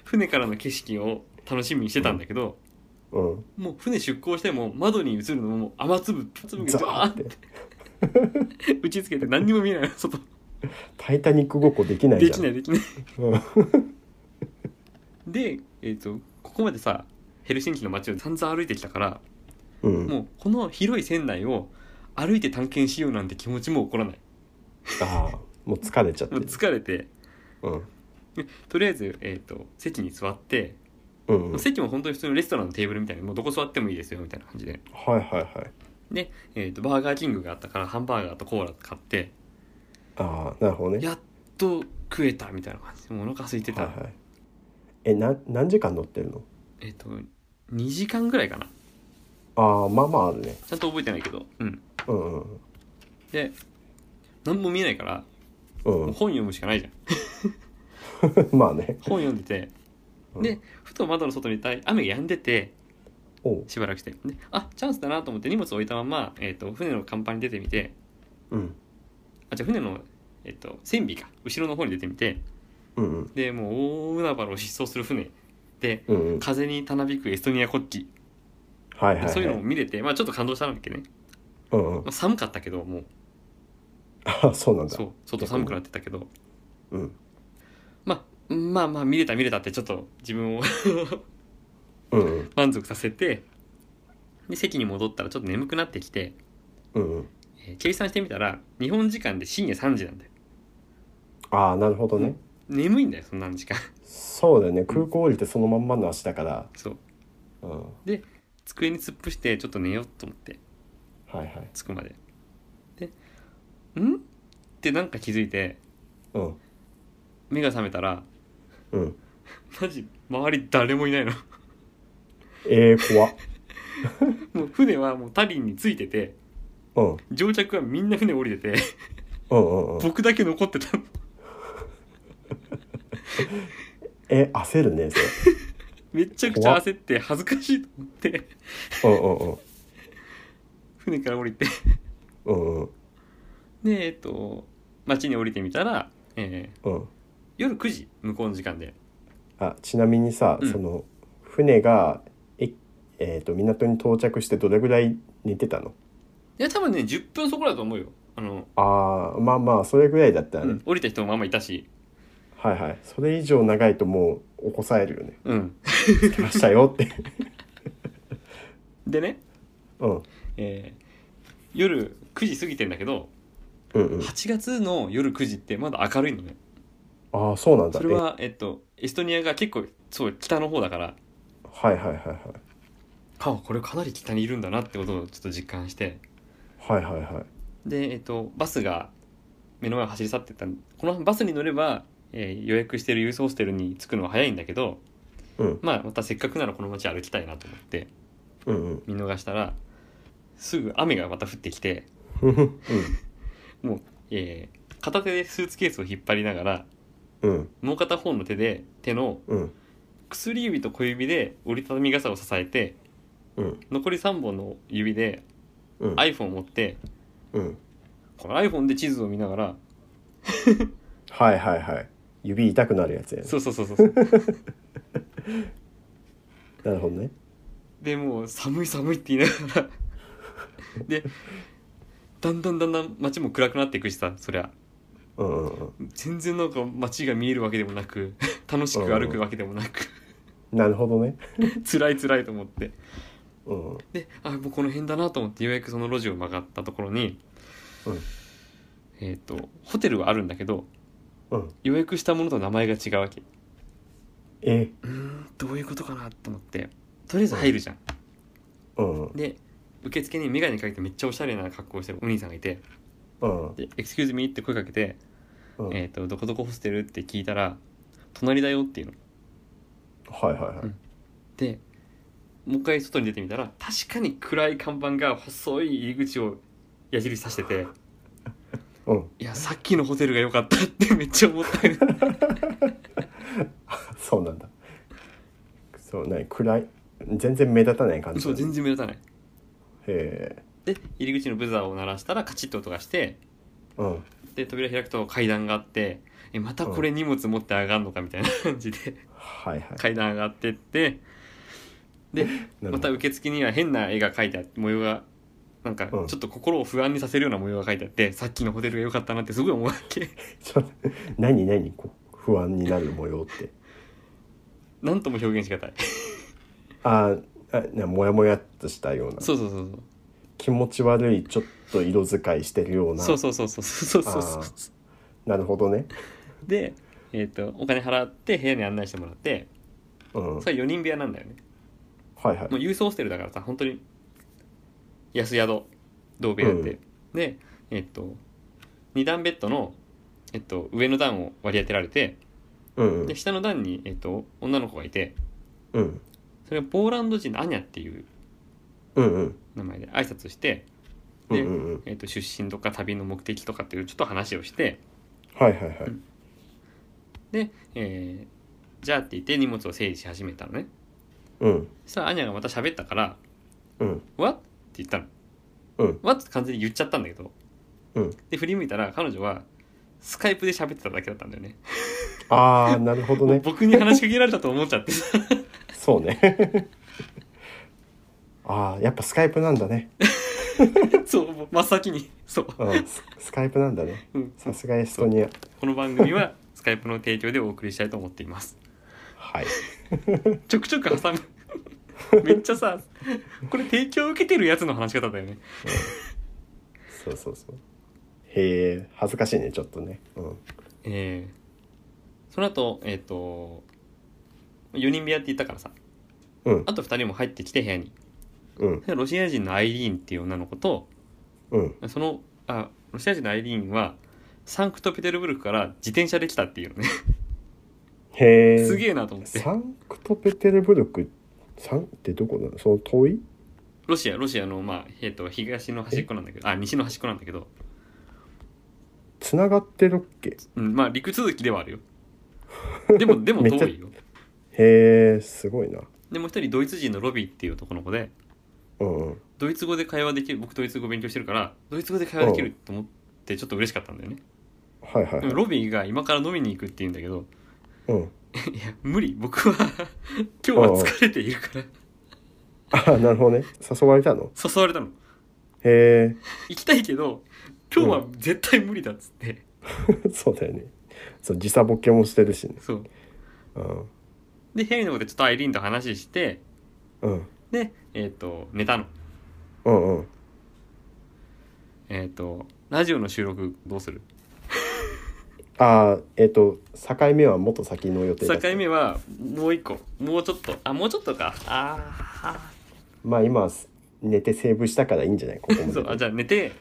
Speaker 1: 船からの景色を楽しみにしてたんだけど、
Speaker 2: うん
Speaker 1: もう船出港しても窓に映るのも雨粒粒が
Speaker 2: ザ
Speaker 1: バー
Speaker 2: ー
Speaker 1: ン
Speaker 2: って [laughs]
Speaker 1: って打ちつけて何にも見えないの外
Speaker 2: 「タイタニック」ごっこできない
Speaker 1: で
Speaker 2: じゃ
Speaker 1: き
Speaker 2: ん
Speaker 1: ないできない
Speaker 2: うん
Speaker 1: で、えー、とここまでさヘルシンキの街を散々歩いてきたから、
Speaker 2: うん
Speaker 1: もうこの広い船内を歩いて探検しようなんて気持ちも起こらない
Speaker 2: ああもう疲れちゃって
Speaker 1: もう
Speaker 2: る
Speaker 1: 疲れて
Speaker 2: うん
Speaker 1: とりあえず、えー、と席に座って、
Speaker 2: うん
Speaker 1: も
Speaker 2: は
Speaker 1: う
Speaker 2: い
Speaker 1: 席も本当に普通のレストランのテーブルみたいなもうどこ座ってもいいですよみたいな感じで
Speaker 2: はいはい
Speaker 1: で、えー、とバーガーキングがあったからハンバーガーとコーラ買って
Speaker 2: ああなるほどね
Speaker 1: やっと食えたみたいな感じでもうお腹空いてた、
Speaker 2: はいはいえな何時間乗ってるの
Speaker 1: えっ、と2時間ぐらいかな
Speaker 2: ああまあまああるね
Speaker 1: ちゃんと覚えてないけどうん
Speaker 2: うんうん
Speaker 1: で何も見えないから
Speaker 2: う
Speaker 1: もうん本読むしかないじゃん
Speaker 2: [laughs] まあね
Speaker 1: 本読んでて
Speaker 2: うん
Speaker 1: でふと窓の外にいた雨が止んでて
Speaker 2: おう
Speaker 1: しばらくしてであチャンスだなと思って荷物置いたまま、えー、と船の甲板に出てみて
Speaker 2: うん
Speaker 1: あじゃあ船の、えっと船尾か後ろの方に出てみて
Speaker 2: うんうん
Speaker 1: でもう大海原を疾走する船で
Speaker 2: うんうん
Speaker 1: 風にたなびくエストニア国旗
Speaker 2: はいはいはい
Speaker 1: そういうのを見れて、まあ、ちょっと感動したんだけどね、
Speaker 2: うんうん
Speaker 1: まあ、寒かったけどもう
Speaker 2: あそうなんだ
Speaker 1: そう外寒くなってたけど
Speaker 2: うん
Speaker 1: まあまあまあ見れた見れたってちょっと自分を [laughs]
Speaker 2: うんうん
Speaker 1: 満足させてで席に戻ったらちょっと眠くなってきて、
Speaker 2: うんうん
Speaker 1: えー計算してみたら日本時間で深夜3時なんだよ
Speaker 2: ああなるほどね
Speaker 1: 眠いんだよそんな時間 [laughs]
Speaker 2: そうだよね空港降りてそのまんまの足だから
Speaker 1: そう
Speaker 2: うんは
Speaker 1: 机に突っ伏してちょっと寝ようと思って
Speaker 2: いはい
Speaker 1: 着くまでで「ん?」ってなんか気づいて
Speaker 2: うん
Speaker 1: 目が覚めたら
Speaker 2: うん
Speaker 1: マジ周り誰もいないの [laughs]
Speaker 2: えー、怖っ
Speaker 1: もう船はもうタリンについてて
Speaker 2: うん
Speaker 1: 乗客はみんな船降りてて
Speaker 2: うんうんうん
Speaker 1: 僕だけ残ってたの
Speaker 2: え焦るね
Speaker 1: めっちゃくちゃ焦って恥ずかしいと思って
Speaker 2: それうんうんうん
Speaker 1: 船から降りて
Speaker 2: うんうん
Speaker 1: でえっと町に降りてみたら、えー
Speaker 2: うん
Speaker 1: 夜9時向こうの時間で
Speaker 2: あちなみにさ、
Speaker 1: うん
Speaker 2: その船がえ、えー、と港に到着してどれぐらい寝てたの
Speaker 1: いや多分ね10分そこらだと思うよあの、
Speaker 2: あーまあまあそれぐらいだったらね、
Speaker 1: 降りた人もまあまあいたし
Speaker 2: はいはいそれ以上長いともう起こされるよね
Speaker 1: うん
Speaker 2: 着きましたよって
Speaker 1: でね、
Speaker 2: うん
Speaker 1: えー夜9時過ぎてんだけど
Speaker 2: うんうん
Speaker 1: 8月の夜9時ってまだ明るいのね
Speaker 2: ああそうなんだ
Speaker 1: それはえっとエストニアが結構そう北の方だから
Speaker 2: えはいはいはいはい
Speaker 1: あこれかなり北にいるんだなってことをちょっと実感して
Speaker 2: はいはいはい
Speaker 1: で、えっと、バスが目の前を走り去ってったんこのバスに乗れば、えー予約してるユースホステルに着くのは早いんだけど、
Speaker 2: うん
Speaker 1: まあ、またせっかくならこの街歩きたいなと思って
Speaker 2: うんうん
Speaker 1: 見逃したらすぐ雨がまた降ってきて、
Speaker 2: うんうん
Speaker 1: えー片手でスーツケースを引っ張りながら
Speaker 2: うん
Speaker 1: もう片方の手で手の
Speaker 2: うん
Speaker 1: 薬指と小指で折りたたみ傘を支えて
Speaker 2: うん
Speaker 1: 残り3本の指で
Speaker 2: うん
Speaker 1: iPhone を持って
Speaker 2: うん
Speaker 1: この iPhone で地図を見ながら
Speaker 2: はいはいはい指痛くなるやつやね
Speaker 1: そうそうそうそう [laughs]
Speaker 2: なるほどね
Speaker 1: でもう寒い寒いって言いながら [laughs] でだんだんだんだん街も暗くなっていくしさそりゃ
Speaker 2: うんうんうん
Speaker 1: 全然なんか街が見えるわけでもなく楽しく歩くわけでもなく [laughs]
Speaker 2: なるほどね
Speaker 1: 辛い辛いと思って
Speaker 2: うんうん
Speaker 1: であもうこの辺だなと思ってようやくその路地を曲がったところに、
Speaker 2: うん
Speaker 1: えっ、とホテルはあるんだけど
Speaker 2: うん
Speaker 1: 予約したものと名前が違うわけ
Speaker 2: え
Speaker 1: うーんどういうことかなと思ってとりあえず入るじゃん、
Speaker 2: うんうん
Speaker 1: で受付に眼鏡かけてめっちゃおしゃれな格好をしてるお兄さんがいて
Speaker 2: うん
Speaker 1: で「エクスキューズミー」って声かけて
Speaker 2: う
Speaker 1: 「
Speaker 2: ん
Speaker 1: えー、とどこどこホステル?」って聞いたら「隣だよ」っていうの
Speaker 2: はいはいは
Speaker 1: う
Speaker 2: い
Speaker 1: んでもう一回外に出てみたら確かに暗い看板が細い入り口を矢印さしてて
Speaker 2: うん
Speaker 1: 「いやさっきのホテルが良かった」って [laughs] めっちゃ思ったよ
Speaker 2: そうなんだそうね暗い全然目立たない感じ
Speaker 1: そう全然目立たない
Speaker 2: へえ
Speaker 1: で入り口のブザーを鳴らしたらカチッと音がして
Speaker 2: うん
Speaker 1: で扉開くと階段があってえまたこれ荷物持って上がんのかみたいな感じで
Speaker 2: はいはい
Speaker 1: 階段上がってってで
Speaker 2: なる
Speaker 1: ま
Speaker 2: ほ
Speaker 1: た
Speaker 2: ど
Speaker 1: 受付には変な絵が描いてあって模様がなんかちょ
Speaker 2: うん
Speaker 1: っと心を不安にさせるような模様が描いてあって、さっきのホテルが良かったなってすごい思うわけ [laughs]
Speaker 2: ちょっと [laughs] 何何こう不安になる模様って
Speaker 1: なんとも表現しが
Speaker 2: [laughs]
Speaker 1: たい
Speaker 2: あーあなモヤモヤっとしたような
Speaker 1: そうそうそう
Speaker 2: 気持ち悪いちょっと色使いしてるような
Speaker 1: そうそうそうそうそうそうそう
Speaker 2: あ
Speaker 1: そ
Speaker 2: ーなるほどね
Speaker 1: うで、えー、とお金払って部屋に案内してもらって
Speaker 2: うんは
Speaker 1: それ4人部屋なんだよね
Speaker 2: いはい
Speaker 1: もう郵送ホステルだからさ本当に安宿同部屋で、でえっ、と2段ベッドの、えっと上の段を割り当てられて
Speaker 2: うんうん
Speaker 1: で下の段に、えっと女の子がいて
Speaker 2: うん
Speaker 1: それがポーランド人のアニャっていう
Speaker 2: うんうん
Speaker 1: 名前で挨拶して、
Speaker 2: うん
Speaker 1: で
Speaker 2: うん
Speaker 1: えっと出身とか旅の目的とかっていうちょっと話をして
Speaker 2: はいはいはい
Speaker 1: うんで、えーじゃあって言って荷物を整理し始めたのね
Speaker 2: うん
Speaker 1: そしたらアニャがまた喋ったから
Speaker 2: うん
Speaker 1: 「わっ?」って言ったの
Speaker 2: うん
Speaker 1: 「わっ?」って完全に言っちゃったんだけど
Speaker 2: うん
Speaker 1: で振り向いたら彼女はスカイプで喋ってただけだったんだよね
Speaker 2: ああなるほ
Speaker 1: [laughs]
Speaker 2: どね
Speaker 1: 僕に話しかけられたと思っちゃって [laughs]
Speaker 2: そうね [laughs] ああやっぱスカイプなんだね
Speaker 1: そうもう真っ先にそう、
Speaker 2: うんススカイプなんだね
Speaker 1: うん、
Speaker 2: さすがエストニア
Speaker 1: この番組はスカイプの提供でお送りしたいと思っています
Speaker 2: はい
Speaker 1: ちょくちょく挟む [laughs] めっちゃさこれ提供受けてるやつの話し方だよね
Speaker 2: そうそうそうへえ恥ずかしいねちょっとねうん
Speaker 1: えーその後えっ、と4人部屋って言ったからさ
Speaker 2: うん
Speaker 1: あと2人も入ってきて部屋に
Speaker 2: うん
Speaker 1: でロシア人のアイリーンっていう女の子と
Speaker 2: うん
Speaker 1: そのあロシア人のアイリーンはサンクトペテルブルクから自転車で来たっていうのね
Speaker 2: へえ
Speaker 1: すげえなと思って
Speaker 2: サンクトペテルブルクサンってどこなのその遠い
Speaker 1: ロシアロシアのまあ、えっと東の端っこなんだけどあ西の端っこなんだけど、
Speaker 2: つながってるっけ
Speaker 1: うん、まあ陸続きではあるよでもでも
Speaker 2: [laughs] めっちゃ
Speaker 1: 遠いよ
Speaker 2: へえすごいな
Speaker 1: でもう一人ドイツ人のロビーっていう男の子で
Speaker 2: うんうん
Speaker 1: ドイツ語で会話できる僕ドイツ語勉強してるからドイツ語で会話できると思ってちょっと嬉しかったんだよね
Speaker 2: はいは
Speaker 1: で
Speaker 2: いは
Speaker 1: も
Speaker 2: い
Speaker 1: ロビーが今から飲みに行くって言うんだけど
Speaker 2: うん [laughs]
Speaker 1: いや無理僕は [laughs] 今日は疲れているから
Speaker 2: あなるほどね誘われたの
Speaker 1: 誘われたの
Speaker 2: へ
Speaker 1: 行きたいけど今日は絶対無理だっつって、
Speaker 2: え [laughs] そうだよねそう時差ボケもしてるしね
Speaker 1: そう
Speaker 2: うん
Speaker 1: でヘリのことでちょっとアイリーンと話して
Speaker 2: うん
Speaker 1: でえっ、と寝たの
Speaker 2: うんうん
Speaker 1: えっ、とラジオの収録どうする
Speaker 2: ああえっ、と境目はもっと先の予定だ
Speaker 1: 境
Speaker 2: った
Speaker 1: 目はもう一個もうちょっとあもうちょっとかあ
Speaker 2: まあ今はす寝てセーブしたからいいんじゃないここ
Speaker 1: ー [laughs]
Speaker 2: ま
Speaker 1: そうあ
Speaker 2: で
Speaker 1: じゃあ寝て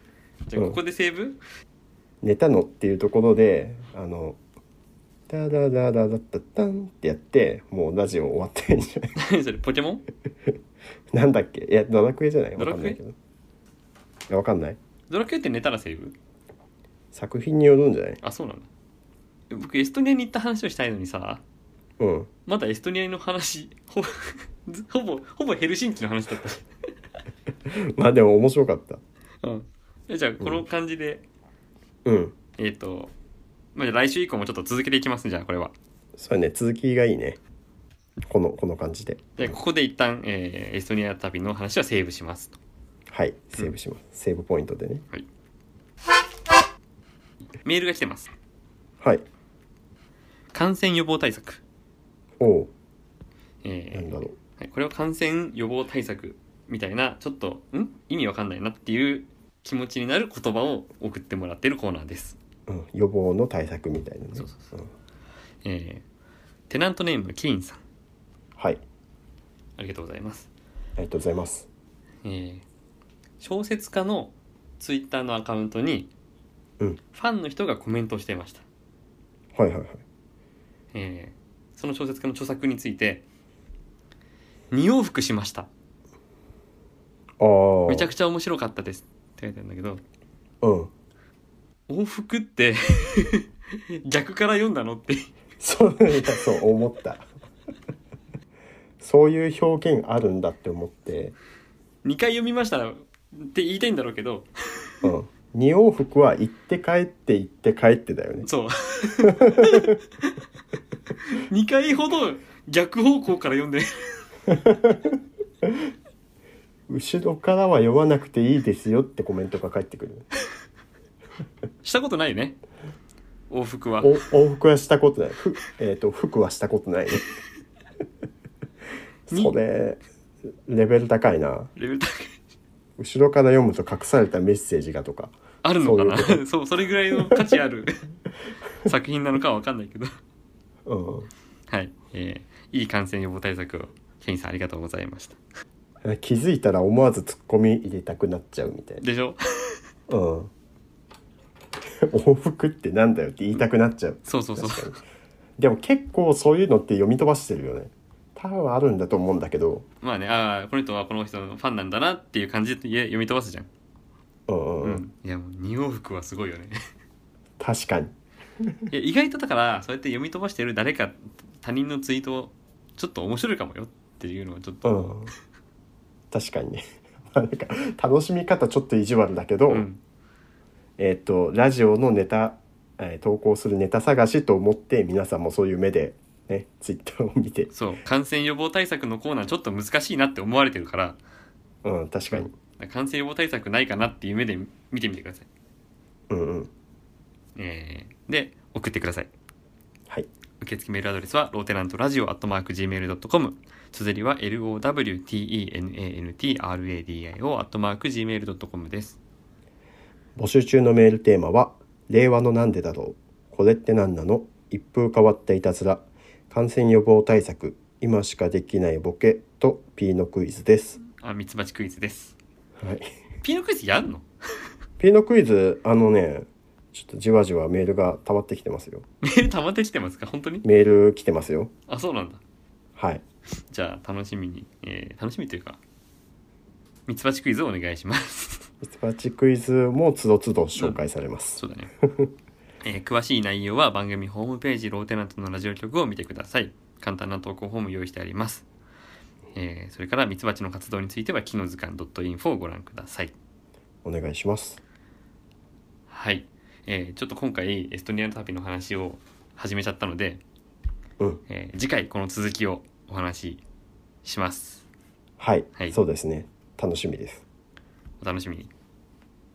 Speaker 1: じゃあ
Speaker 2: うん
Speaker 1: ここでセーブ、 [laughs]
Speaker 2: 寝たのっていうところであの「ダダダダダダダン」ってやってもうラジオ終わってんじゃない [laughs]
Speaker 1: 何それポケモン
Speaker 2: なんだっけいやドラクエじゃない
Speaker 1: ド
Speaker 2: わ
Speaker 1: ラ
Speaker 2: か
Speaker 1: クエ
Speaker 2: んないけどいやわかんない
Speaker 1: ドラクエって寝たらセーブ
Speaker 2: 作品によるんじゃない
Speaker 1: あそうなんだ僕エストニアに行った話をしたいのにさ
Speaker 2: うん
Speaker 1: まだエストニアの話ほ [laughs] ずほぼほぼヘルシンキの話だったし、
Speaker 2: まあでも面白かった
Speaker 1: うんえ、じゃあこの感じで、
Speaker 2: うん
Speaker 1: えっ、と、まあ、じゃあ来週以降もちょっと続けていきますんじゃあこれは
Speaker 2: そうね続きがいいねこのこの感じで
Speaker 1: でここで一旦、えーエストニア旅の話はセーブしますと
Speaker 2: はいセーブします、セーブポイントでね
Speaker 1: メールが来てます
Speaker 2: はい
Speaker 1: 感染予防対策、
Speaker 2: おう
Speaker 1: えー
Speaker 2: なんだろ
Speaker 1: はい、これは感染予防対策みたいなちょっとん意味わかんないなっていう気持ちになる言葉を送ってもらってるコーナーです、
Speaker 2: う、うん、予防の対策みたいなね
Speaker 1: そうそう
Speaker 2: うん、
Speaker 1: えーテナントネームキリンさん
Speaker 2: はい
Speaker 1: ありがとうございます、
Speaker 2: ありがとうございます
Speaker 1: えー小説家のツイッターのアカウントに、
Speaker 2: うん
Speaker 1: ファンの人がコメントをしていました、
Speaker 2: はいはいはい
Speaker 1: えーその小説家の著作について二往復しました
Speaker 2: ああ
Speaker 1: めちゃくちゃ面白かったですって書いてあるんだけど
Speaker 2: うん
Speaker 1: 往復って [laughs] 逆から読んだのって
Speaker 2: そういやそう思ったそういう表現あるんだって思って、
Speaker 1: 2回読みましたって言いたいんだろうけど
Speaker 2: うん、二往復は行って帰って行って帰ってだよね
Speaker 1: そう [laughs] 2回ほど逆方向から読んで
Speaker 2: 後ろからは読まなくていいですよってコメントが返ってくる
Speaker 1: したことないよね往復は
Speaker 2: お往復はしたことないふ、えー、と服はしたことないね
Speaker 1: に
Speaker 2: それレベル高いな
Speaker 1: レベル高い
Speaker 2: 後ろから読むと隠されたメッセージがとか
Speaker 1: あるのかな
Speaker 2: そう
Speaker 1: [laughs]
Speaker 2: い
Speaker 1: そうそれぐらいの価値ある作品なのかは分かんないけど
Speaker 2: うん
Speaker 1: はい、えーいい感染予防対策をケインさんありがとうございました
Speaker 2: 気づいたら思わずツッコミ入れたくなっちゃうみたいな
Speaker 1: でし
Speaker 2: [laughs]
Speaker 1: ょ
Speaker 2: うん [laughs] 往復ってなんだよって言いたくなっちゃう
Speaker 1: そうそうそう
Speaker 2: 確かにでも結構そういうのって読み飛ばしてるよね多分あるんだと思うんだけど
Speaker 1: まあねああこの人はこの人のファンなんだなっていう感じで読み飛ばすじゃん、
Speaker 2: うんうん、うん、
Speaker 1: いやもう二往復はすごいよね [laughs]
Speaker 2: 確かに
Speaker 1: いや意外とだからそうやって読み飛ばしてる誰か他人のツイートをちょっと面白いかもよっていうのはちょっ
Speaker 2: う
Speaker 1: と、
Speaker 2: ん確かにね [laughs] なんか楽しみ方ちょっと意地悪だけど、
Speaker 1: うん
Speaker 2: えっ、とラジオのネタ、えー投稿するネタ探しと思って皆さんもそういう目でねツイッターを見て
Speaker 1: そう感染予防対策のコーナーちょっと難しいなって思われてるから
Speaker 2: うん確かに
Speaker 1: 感染予防対策ないかなっていう目で見てみてください、
Speaker 2: うんうん
Speaker 1: えーで送ってください
Speaker 2: はい
Speaker 1: 受付メールアドレスはローテナントラジオアットマーク Gmail.com 綴りは LOWTENANTRADIO アットマーク Gmail.com です
Speaker 2: 募集中のメールテーマは「令和のなんでだろうこれって何なの一風変わったいたずら感染予防対策今しかできないボケ」と P のクイズです。
Speaker 1: あミツバチクイズです
Speaker 2: はい、 [laughs]
Speaker 1: ピーノクイズやんの
Speaker 2: P のクイズあのねちょっとじわじわメールが溜まってきてますよ
Speaker 1: メール [laughs] 溜まってきてますか本当に
Speaker 2: メール来てますよ
Speaker 1: あそうなんだ
Speaker 2: はい
Speaker 1: じゃあ楽しみに、えー楽しみというかミツバチクイズをお願いします
Speaker 2: ミツバチクイズもつどつど紹介されます、
Speaker 1: そうだね、 [laughs] えー詳しい内容は番組ホームページローテナントのラジオ局を見てください簡単な投稿フォーム用意してあります、えーそれからミツバチの活動については機能図鑑 .info をご覧ください
Speaker 2: お願いします
Speaker 1: はい、えーちょっと今回エストニアの旅の話を始めちゃったので、
Speaker 2: うん
Speaker 1: えー次回この続きをお話しします
Speaker 2: はい、
Speaker 1: はい
Speaker 2: そうですね楽しみです
Speaker 1: お楽しみに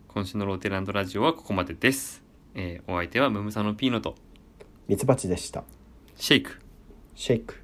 Speaker 1: 今週のローテランドラジオはここまでです、えーお相手はムムサノピーノと
Speaker 2: ミツバチでした
Speaker 1: シェイク
Speaker 2: シェイク